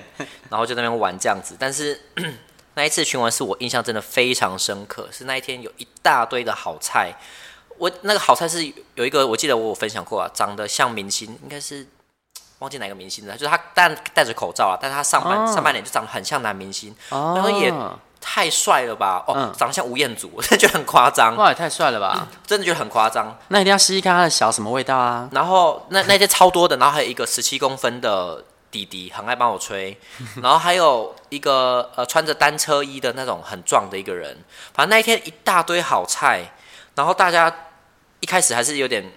Speaker 2: 然后就在那边玩这样子。但是 [CLEARS THROAT] 那一次群玩是我印象真的非常深刻，是那一天有一大堆的好菜，我那个好菜是有一个，我记得我有分享过啊，长得像明星，应该是忘记哪个明星了，就是他但戴着口罩啊，但是他上半、
Speaker 3: 哦
Speaker 2: 上半脸就长得很像男明星，
Speaker 3: 哦
Speaker 2: 然后也太帅了吧，哦，
Speaker 3: 嗯
Speaker 2: 长得像吴彦祖，我 [LAUGHS] 真的觉得很夸张，
Speaker 3: 哇，也太帅了吧！
Speaker 2: 真的觉得很夸张。
Speaker 3: 那一定要试试看他的小什么味道啊？
Speaker 2: 然后那那些超多的，然后还有一个十七公分的弟弟，很爱帮我吹，然后还有一个呃穿着单车衣的那种很壮的一个人，反正那一天一大堆好菜，然后大家一开始还是有点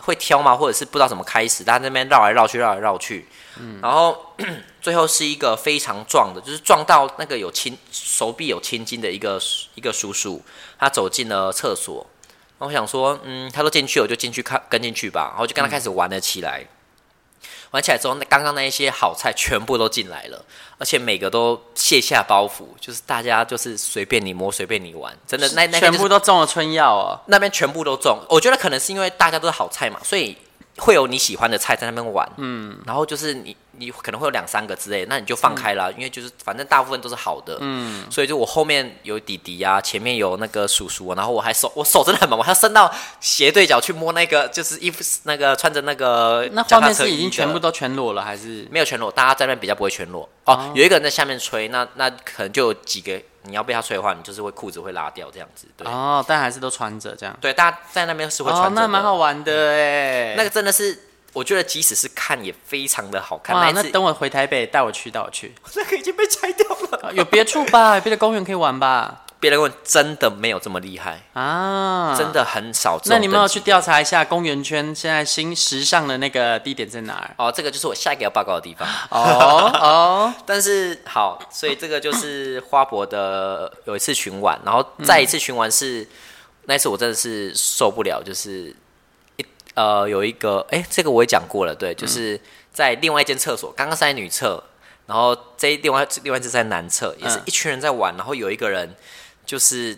Speaker 2: 会挑嘛，或者是不知道怎么开始，大家在那边绕来绕去，绕来绕去，然后 [CLEARS THROAT] 最后是一个非常壮的，就是撞到那个有青手臂有青筋的一个一个叔叔，他走进了厕所，然后我想说，嗯，他都进去了，我就进去看跟进去吧，然后就跟他开始玩了起来。玩起来之后，那刚刚那一些好菜全部都进来了，而且每个都卸下包袱，就是大家就是随便你摸，随便你玩，真的那那天
Speaker 3: 全
Speaker 2: 就是
Speaker 3: 部都中了春药哦。
Speaker 2: 那边全部都中。我觉得可能是因为大家都是好菜嘛，所以会有你喜欢的菜在那边玩。嗯，然后就是你你可能会有两三个之类，那你就放开了，
Speaker 3: 嗯
Speaker 2: 因为就是反正大部分都是好的。嗯，所以就我后面有弟弟啊，前面有那个叔叔啊，然后我还手我手真的很忙，我还要伸到斜对角去摸那个就是衣服那个穿着那个
Speaker 3: 那
Speaker 2: 脚
Speaker 3: 画
Speaker 2: 踏
Speaker 3: 面
Speaker 2: 车
Speaker 3: 是
Speaker 2: 衣
Speaker 3: 已经
Speaker 2: 的
Speaker 3: 全部都全裸了，还是
Speaker 2: 没有全裸，大家在那边比较不会全裸哦。有一个人在下面吹，那那可能就有几个你要被他吹的话，你就是会裤子会拉掉这样子。对、
Speaker 3: 哦？但还是都穿着这样。
Speaker 2: 对，大家在那边是会穿着
Speaker 3: 哦，
Speaker 2: 的、
Speaker 3: 那蛮好玩的哎。
Speaker 2: 那个真的是，我觉得即使是看也非常的好看。
Speaker 3: 哇，
Speaker 2: 那
Speaker 3: 那
Speaker 2: 一次
Speaker 3: 等我回台北带我去，带我去。 [LAUGHS]
Speaker 2: 那个已经被拆掉了。
Speaker 3: 有别处吧？有别的公园可以玩吧？
Speaker 2: 别人问真的没有这么厉害，
Speaker 3: 啊，
Speaker 2: 真。的很少这种等级。
Speaker 3: 那你们要去调查一下公园圈现在新时尚的那个地点在哪
Speaker 2: [LAUGHS]
Speaker 3: 儿？
Speaker 2: 哦，这个就是我下一个要报告的地方。
Speaker 3: 哦哦，
Speaker 2: 但是好，所以这个就是花博的有一次巡玩，然后再一次巡玩是、那一次我真的是受不了，就是一呃有一个哎、诶这个我也讲过了，对，就是在另外一间厕所，刚刚是在女厕，然后这另外另外一次在男厕，也是
Speaker 3: 嗯
Speaker 2: 一群人在玩，然后有一个人就是。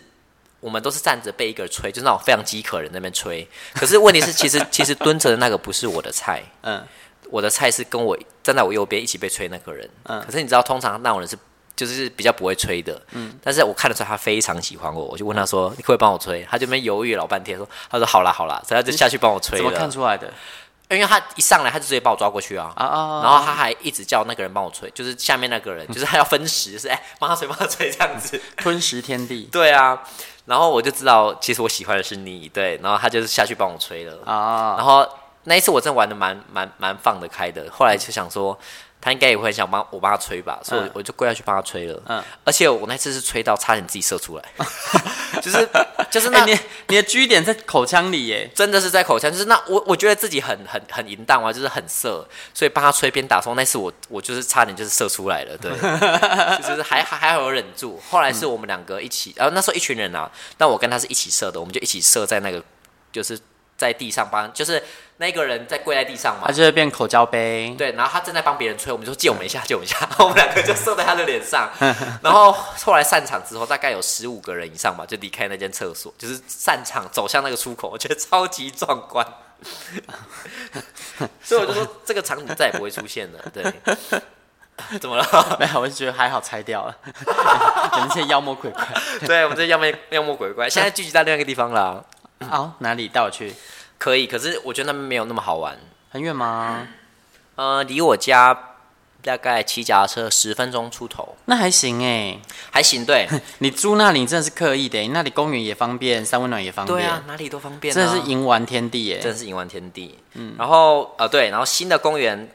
Speaker 2: 我们都是站着被一个人吹，就是那种非常饥渴的人在那边吹。可是
Speaker 3: [LAUGHS]
Speaker 2: 问题是，其实其实蹲着的那个不是我的菜，
Speaker 3: 嗯，
Speaker 2: 我的菜是跟我站在我右边一起被吹那个人，
Speaker 3: 嗯
Speaker 2: 可是你知道，通常那种人是就是比较不会吹的，嗯，但是我看得出来他非常喜欢我，我就问他说：“你会帮我吹？”他就在那边犹豫老半天，说：“他说好啦好啦。”所以他就下去帮我吹
Speaker 3: 怎么看
Speaker 2: 了，
Speaker 3: 出来的？
Speaker 2: 因为他一上来他就直接把我抓过去啊，
Speaker 3: 啊啊
Speaker 2: 然后他还一直叫那个人帮我吹，就是下面那个
Speaker 3: 嗯
Speaker 2: 人，就是他要分食，是哎帮他吹帮他吹这样子，
Speaker 3: 吞食天地
Speaker 2: 对啊，然后我就知道其实我喜欢的是你，对，然后他就是下去帮我吹了，
Speaker 3: 啊！
Speaker 2: 然后那一次我真的玩的蛮蛮蛮放得开的，后来就想说。他应该也会很想帮我帮他吹吧，所以我
Speaker 3: 嗯
Speaker 2: 我就跪下去帮他吹了。
Speaker 3: 嗯
Speaker 2: 而且我那次是吹到差点自己
Speaker 3: [LAUGHS]
Speaker 2: 射出来，就是就是那、
Speaker 3: 哎，你你的居点在口腔里耶。
Speaker 2: 真的是在口腔，就是那我我觉得自己很很很淫荡啊，就是很色，所以帮他吹边打风。那次我我就是差点就是射出来了，对，就是还还还好有忍住。后来是我们两个一起，然后、那时候一群人啊，但我跟他是一起射的，我们就一起射在那个就是在地上帮，就是那个人在跪在地上嘛
Speaker 3: 它，就会变口交杯。
Speaker 2: 对，然后他正在帮别人吹，我们就说借我们一下，借我们一下， [LAUGHS] 然后我们两个就射在他的脸上。然后后来散场之后，大概有十五个人以上吧，就离开那间厕所，就是散场走向那个出口，我觉得超级壮观。 [LAUGHS] 所以我就说，这个场景再也不会出现了。对， [LAUGHS] 怎么了？
Speaker 3: [LAUGHS]
Speaker 2: [LAUGHS]
Speaker 3: 没有，我就觉得还好拆掉了。 [LAUGHS] 你们这些妖魔鬼怪，
Speaker 2: 对我们这妖魔妖魔鬼怪，现在聚集在另外一个地方啦。
Speaker 3: 好、哪里带我去？
Speaker 2: 可以，可是我觉得那边没有那么好玩。
Speaker 3: 很远
Speaker 2: [SIGHS]
Speaker 3: 吗？
Speaker 2: 呃，离我家大概骑脚踏车十分钟出头，
Speaker 3: 那还行哎。
Speaker 2: 还
Speaker 3: [LAUGHS]
Speaker 2: 行。对，
Speaker 3: 你住那里真的是刻意的欸，那里公园也方便，三温暖也方便，
Speaker 2: 对啊，哪里都方便、啊，
Speaker 3: 真的是赢完天地欸
Speaker 2: 真
Speaker 3: 耶。
Speaker 2: 的是赢完天地。嗯，然后呃对，然后新的公园，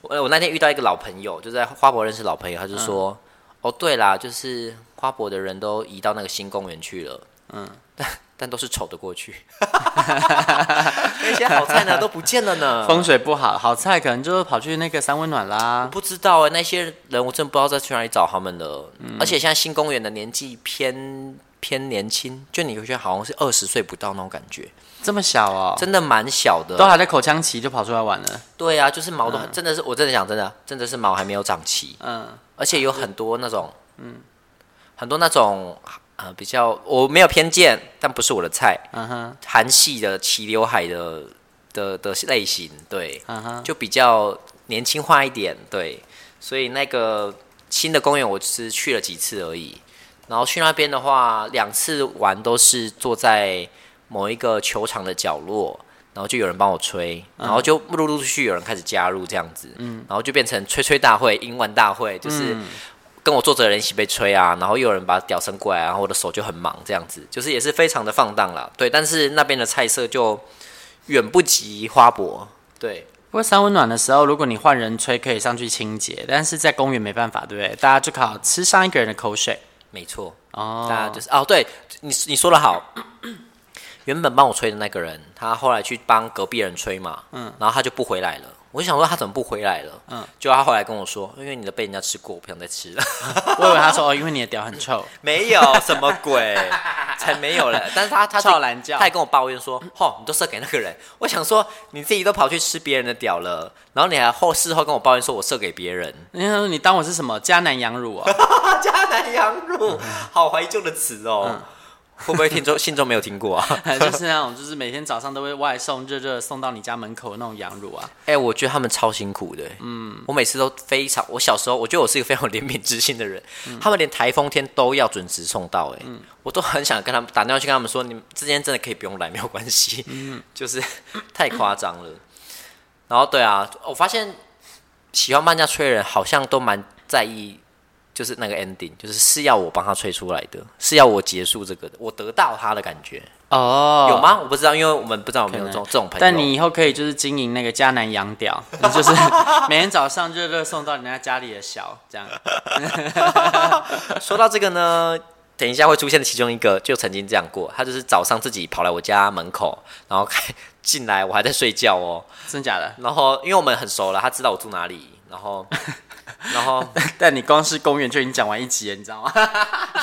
Speaker 2: 我我那天遇到一个老朋友，就在花博认识老朋友，他就说，
Speaker 3: 嗯
Speaker 2: 哦对啦，就是花博的人都移到那个新公园去了，嗯
Speaker 3: 嗯，
Speaker 2: 但 [LAUGHS] 但都是丑的过
Speaker 3: [LAUGHS]
Speaker 2: 去，那些好菜呢都不见了
Speaker 3: [LAUGHS]
Speaker 2: 呢。
Speaker 3: 风水不好，好菜可能就是跑去那个三温暖
Speaker 2: [LAUGHS]
Speaker 3: 啦。
Speaker 2: 不知道哎、那些人我真不知道再去哪里找他们了。
Speaker 3: 嗯
Speaker 2: 而且现在新公园的年纪偏偏年轻，就你会觉得好像是二十岁不到那种感觉，
Speaker 3: 这么小哦，
Speaker 2: 真的蛮小的。
Speaker 3: 都还在口腔期就跑出来玩了。
Speaker 2: 对啊，就是毛都、真的是，我真的讲真的，真的是毛还没有长齐，
Speaker 3: 嗯，
Speaker 2: 而且有很多那种，嗯，很多那种呃比较，我没有偏见，但不是我的菜，
Speaker 3: 嗯哼，
Speaker 2: 韩系的齐刘海的的的类型，对，
Speaker 3: 嗯哼，
Speaker 2: 就比较年轻化一点，对，所以那个新的公园我只是去了几次而已，然后去那边的话，两次玩都是坐在某一个球场的角落，然后就有人帮我吹，然后就陆陆续续有人开始加入这样子，嗯，然后就变成吹吹大会、英文大会，就是。跟我坐着的人一起被吹啊，然后又有人把屌伸过来，啊然后我的手就很忙，这样子就是也是非常的放荡啦。对，但是那边的菜色就远不及花博，对，
Speaker 3: 不过三温暖的时候，如果你换人吹，可以上去清洁，但是在公园没办法，对不对？大家就靠吃上一个人的口水。
Speaker 2: 没错，
Speaker 3: 哦，
Speaker 2: 大家就是哦，对你你说的好。 [CLEARS THROAT] 原本帮我吹的那个人，他后来去帮隔壁人吹嘛，嗯，然后他就不回来了。我就想说他怎么不回来了？嗯，就他后来跟我说，因为你的被人家吃过，我不想再吃了。
Speaker 3: 我以为他说哦，因为你的屌很臭。
Speaker 2: 没有什么
Speaker 3: [LAUGHS]
Speaker 2: 鬼，才没有了。但是他他
Speaker 3: 臭懒觉
Speaker 2: 他也跟我抱怨说，吼，你都射给那个人。我想说，你自己都跑去吃别人的屌了，然后你还后事后跟我抱怨说我射给别
Speaker 3: [LAUGHS]
Speaker 2: 人，
Speaker 3: 人家说你当我是什么迦南羊乳哦？
Speaker 2: 迦南羊乳，嗯好怀旧的词哦。
Speaker 3: 嗯
Speaker 2: 会不会听众 [LAUGHS] 信众没有听过啊？
Speaker 3: [LAUGHS] 就是那种，就是每天早上都会外送热热送到你家门口的那种羊乳啊。
Speaker 2: 哎、我觉得他们超辛苦的、嗯，我每次都非常，我小时候我觉得我是一个非常有怜悯之心的人，
Speaker 3: 嗯
Speaker 2: 他们连台风天都要准时送到、哎、我都很想跟他们打电话去跟他们说，你们之间真的可以不用来，没有关系。
Speaker 3: 嗯
Speaker 2: [LAUGHS] 就是太夸张了。然后对啊，我发现喜欢慢家吹的人好像都蛮在意，就是那个 ending，就是是要我帮他吹出来的，是要我结束这个的，我得到他的感觉、
Speaker 3: 哦
Speaker 2: 有？吗？我不知道，因为我们不知道有没有
Speaker 3: 可
Speaker 2: 这
Speaker 3: 能
Speaker 2: 种这种朋友。
Speaker 3: 但你以后可以就是经营那个迦南羊屌，你就是 [LAUGHS] 每天早上热热送到人家家里的小这样。
Speaker 2: 说到这个呢，等一下会出现的其中一个就曾经这样过，他就是早上自己跑来我家门口，然后开 [LAUGHS] 进来，我还在睡觉哦。
Speaker 3: 真假的？
Speaker 2: 然后因为我们很熟了，他知道我住哪里，然后 [LAUGHS] 然后
Speaker 3: [LAUGHS] 但你光是公园就已经讲完一集了，你知道吗？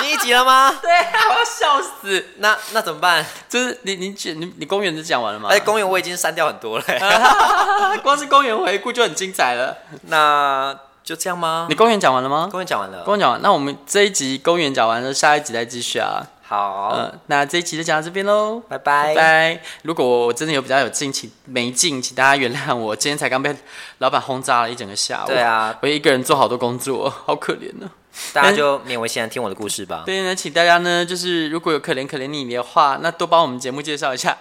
Speaker 2: 已经一集了吗？
Speaker 3: [LAUGHS] 对啊，我要笑死！
Speaker 2: 那那怎么办？
Speaker 3: 就是你你你你你公园就讲完了吗？啊
Speaker 2: 哎，公园我已经删掉很多
Speaker 3: [LAUGHS]
Speaker 2: 了、欸
Speaker 3: 光是公园回顾就很精彩了。
Speaker 2: 那就这样吗
Speaker 3: 嗯你？公园讲完了吗？
Speaker 2: 公园讲完了，
Speaker 3: 公园讲完，那我们这一集公园讲完了，下一集再继续啊。
Speaker 2: 好，
Speaker 3: 呃，那这一集就讲到这边喽，
Speaker 2: 拜
Speaker 3: 拜
Speaker 2: 拜
Speaker 3: 拜。如果我真的有比较有劲，请没劲，请大家原谅我。今天才刚被老板轰炸了一整个下午，
Speaker 2: 对啊，嗯
Speaker 3: 我一个人做好多工作，好可怜呢、
Speaker 2: 大家就勉为其难听我的故事吧。
Speaker 3: 对呢，请大家呢，就是如果有可怜可怜你的话，那多帮我们节目介绍一下，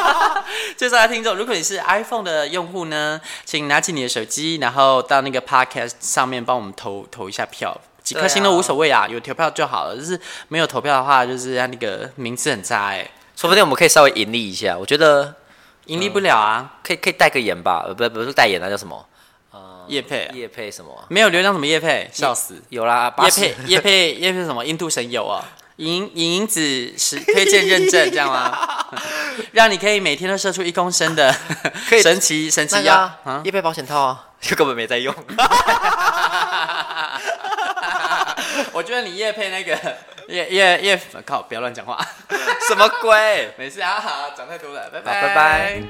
Speaker 3: [LAUGHS] 介绍一下听众。如果你是 iPhone 的用户呢，请拿起你的手机，然后到那个 Podcast 上面帮我们投投一下票。几颗星都
Speaker 2: 对啊
Speaker 3: 无所谓啊，有投票就好了。就是没有投票的话，就是他那个名次很差哎、
Speaker 2: 说不定我们可以稍微盈利一下，我觉得
Speaker 3: 盈利不了啊，
Speaker 2: 可以可以代个言吧，呃，不不是代言，那叫什么？嗯
Speaker 3: 叶配啊
Speaker 2: 叶配什么啊？
Speaker 3: 没有流量怎么叶配？笑死！
Speaker 2: 有啦，
Speaker 3: 叶
Speaker 2: 叶
Speaker 3: 配
Speaker 2: 配
Speaker 3: 叶配叶配什么？印度神油啊，银银银子
Speaker 2: [LAUGHS]
Speaker 3: 是推荐认证这样吗？ [LAUGHS] 让你可以每天都射出一公升的
Speaker 2: [LAUGHS] 可以
Speaker 3: 神奇神
Speaker 2: 那
Speaker 3: 奇
Speaker 2: 个
Speaker 3: 药
Speaker 2: 啊
Speaker 3: 啊！
Speaker 2: 叶配保险套啊， [LAUGHS] 就根本没在用。
Speaker 3: [LAUGHS] 我觉得你叶配那个叶叶叶靠，不要乱讲话， [LAUGHS]
Speaker 2: 什么鬼？
Speaker 3: 没事啊，好讲太多了，拜
Speaker 2: 好拜拜。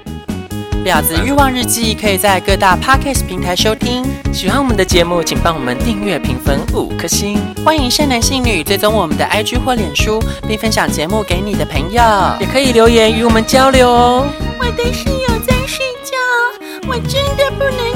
Speaker 3: 婊子欲望日记可以在各大 podcast 平台收听，
Speaker 4: 喜欢我们的节目，请帮我们订阅、评分五颗星，
Speaker 3: 欢迎善男信女追踪我们的 IG 或脸书，并分享节目给你的朋友。
Speaker 4: 也可以留言与我们交流哦。
Speaker 5: 我的室友在睡觉，我真的不能